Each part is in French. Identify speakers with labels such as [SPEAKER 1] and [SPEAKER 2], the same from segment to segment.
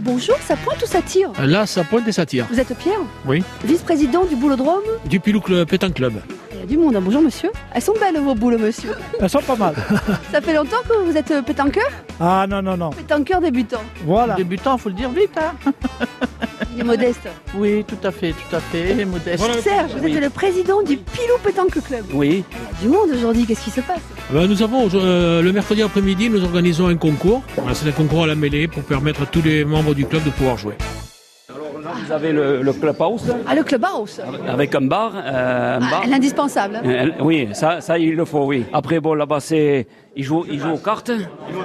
[SPEAKER 1] Bonjour, ça pointe ou ça tire
[SPEAKER 2] Là, ça pointe et ça tire.
[SPEAKER 1] Vous êtes Pierre
[SPEAKER 2] Oui.
[SPEAKER 1] Vice-président du boulodrome
[SPEAKER 2] Du Piloucle Pétain Club.
[SPEAKER 1] Il y a du monde, hein. bonjour monsieur. Elles sont belles vos boules monsieur.
[SPEAKER 3] Elles sont pas mal.
[SPEAKER 1] Ça fait longtemps que vous êtes euh, pétanqueur
[SPEAKER 3] Ah non, non, non.
[SPEAKER 1] Pétanqueur débutant.
[SPEAKER 3] Voilà.
[SPEAKER 4] Débutant, faut le dire vite, hein
[SPEAKER 1] Il est modeste.
[SPEAKER 4] Oui, tout à fait, tout à fait, modeste.
[SPEAKER 1] Serge, vous
[SPEAKER 4] Oui.
[SPEAKER 1] êtes le président du Pilou Pétanque Club.
[SPEAKER 4] Oui,
[SPEAKER 1] Il y a du monde aujourd'hui, qu'est-ce qui se passe
[SPEAKER 2] Ben, nous avons euh, le mercredi après-midi, nous organisons un concours. Voilà, C'est un concours à la mêlée pour permettre à tous les membres du club de pouvoir jouer.
[SPEAKER 5] Vous avez le, le clubhouse
[SPEAKER 1] Ah, le clubhouse
[SPEAKER 5] avec un bar. euh, un
[SPEAKER 1] Ah,
[SPEAKER 5] bar.
[SPEAKER 1] L'indispensable. hein.
[SPEAKER 5] Euh, oui, ça, ça il le faut, oui. Après, bon, là-bas, c'est. Ils jouent, ils jouent aux cartes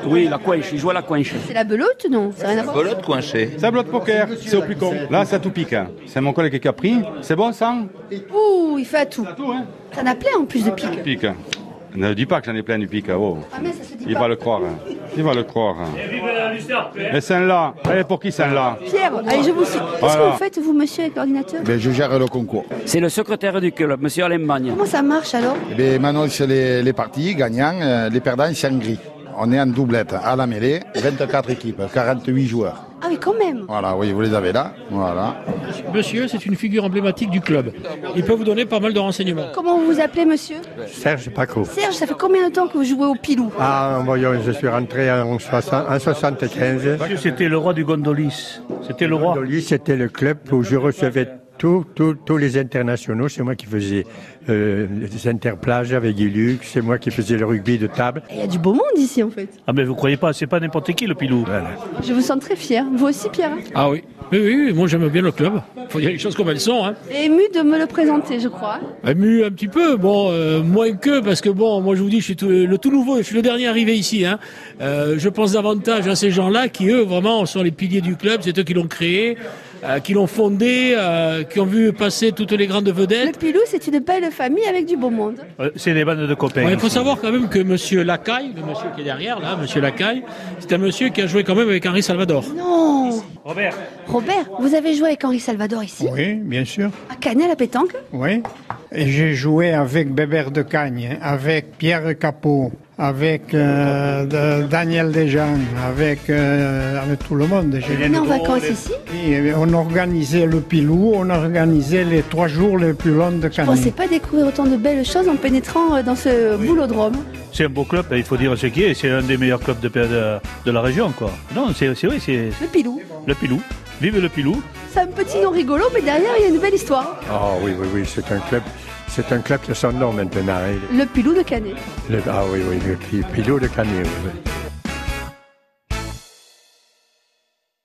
[SPEAKER 5] Oui, la coinche, ils jouent à la coinche.
[SPEAKER 1] C'est la belote, non C'est rien à voir.
[SPEAKER 6] Belote coinchée.
[SPEAKER 7] Tableau de poker, c'est au plus con. Là, ça tout pique. hein. C'est mon collègue qui a pris. C'est bon, ça
[SPEAKER 1] Ouh, il fait à tout. Ça n'a plein en plus de pique.
[SPEAKER 7] Pique. Ne dis pas que j'en ai plein du pique. Oh.
[SPEAKER 1] Ah, mais ça se dit
[SPEAKER 7] Il va
[SPEAKER 1] pas.
[SPEAKER 7] le croire. hein. Il va le croire. hein. Et celle-là, elle est pour qui celle-là
[SPEAKER 1] Pierre, allez, je vous suis. Qu'est-ce que
[SPEAKER 7] Voilà.
[SPEAKER 1] vous faites, vous, monsieur, avec l'ordinateur
[SPEAKER 8] Ben, je gère le concours.
[SPEAKER 5] C'est le secrétaire du club, monsieur Alemagne.
[SPEAKER 1] Comment ça marche alors
[SPEAKER 8] Eh ben, maintenant, c'est les, les parties gagnants, euh, les perdants, c'est en gris. On est en doublette à la mêlée, 24 équipes, 48 joueurs.
[SPEAKER 1] Ah oui, quand même.
[SPEAKER 8] Voilà, oui, vous les avez là. Voilà.
[SPEAKER 2] Monsieur, c'est une figure emblématique du club. Il peut vous donner pas mal de renseignements.
[SPEAKER 1] Comment vous vous appelez, monsieur
[SPEAKER 9] Serge Paco.
[SPEAKER 1] Serge, ça fait combien de temps que vous jouez au pilou
[SPEAKER 9] Ah, voyons, je suis rentré en, 60 en 75.
[SPEAKER 4] c'était le roi du Gondolis. C'était le roi.
[SPEAKER 9] Gondoly, c'était le club où je recevais tous tous- tous les internationaux. C'est moi qui faisais euh, les interplages avec Guilux. C'est moi qui faisais le rugby de table.
[SPEAKER 1] Il y a du beau monde ici, en fait.
[SPEAKER 4] Ah, mais vous croyez pas, c'est pas n'importe qui le Pilou.
[SPEAKER 1] Je vous sens très fier. Vous aussi, Pierre hein
[SPEAKER 2] Ah oui. Oui, oui, oui, moi j'aime bien le club. Faut dire les choses comme elles sont. Hein.
[SPEAKER 1] Ému de me le présenter, je crois.
[SPEAKER 2] Ému un petit peu, bon, euh, moins que, parce que bon, moi je vous dis, je suis tout- le tout nouveau, je suis le dernier arrivé ici. Hein. Euh, je pense davantage à ces gens-là qui, eux, vraiment, sont les piliers du club, c'est eux qui l'ont créé, euh, qui l'ont fondé, euh, qui ont vu passer toutes les grandes
[SPEAKER 1] Le
[SPEAKER 2] vedettes.
[SPEAKER 1] pilou, c'est une belle famille avec du beau monde.
[SPEAKER 4] Euh, C'est les bandes de copains.
[SPEAKER 2] Bon, il faut savoir quand même que Monsieur Lacaille, le monsieur qui est derrière, là, Monsieur Lacaille, c'est un monsieur qui a joué quand même avec Henri Salvador.
[SPEAKER 1] Non
[SPEAKER 4] Robert,
[SPEAKER 1] Robert, vous avez joué avec Henri Salvador ici
[SPEAKER 10] Oui, bien sûr.
[SPEAKER 1] À Canet, à Pétanque
[SPEAKER 10] Oui. Et j'ai joué avec Bébert de Cagne, avec Pierre Capot, avec euh, de- Daniel Desjans, avec, euh, avec tout le monde. J'ai-
[SPEAKER 1] Vous venez en vacances ici
[SPEAKER 10] Oui, et on organisait le Pilou, on organisait les trois jours les plus longs de
[SPEAKER 1] Je
[SPEAKER 10] Canet.
[SPEAKER 1] pensais pas découvrir autant de belles choses en pénétrant euh, dans ce boulodrome.
[SPEAKER 4] c'est un beau club, il faut dire ce qui est. C'est un des meilleurs clubs de, de, de la région, quoi. Non, c'est c'est vrai, c'est
[SPEAKER 1] Le pilou.
[SPEAKER 4] le Pilou. Vive le Pilou.
[SPEAKER 1] C'est un petit nom rigolo, mais derrière, il y a une belle histoire.
[SPEAKER 9] Ah oui, oui, oui, c'est un club. C'est un club qui a son nom maintenant. hein.
[SPEAKER 1] Le pilou de Canet.
[SPEAKER 9] Le- ah oui, oui, le pi- pilot de Canet. oui, oui.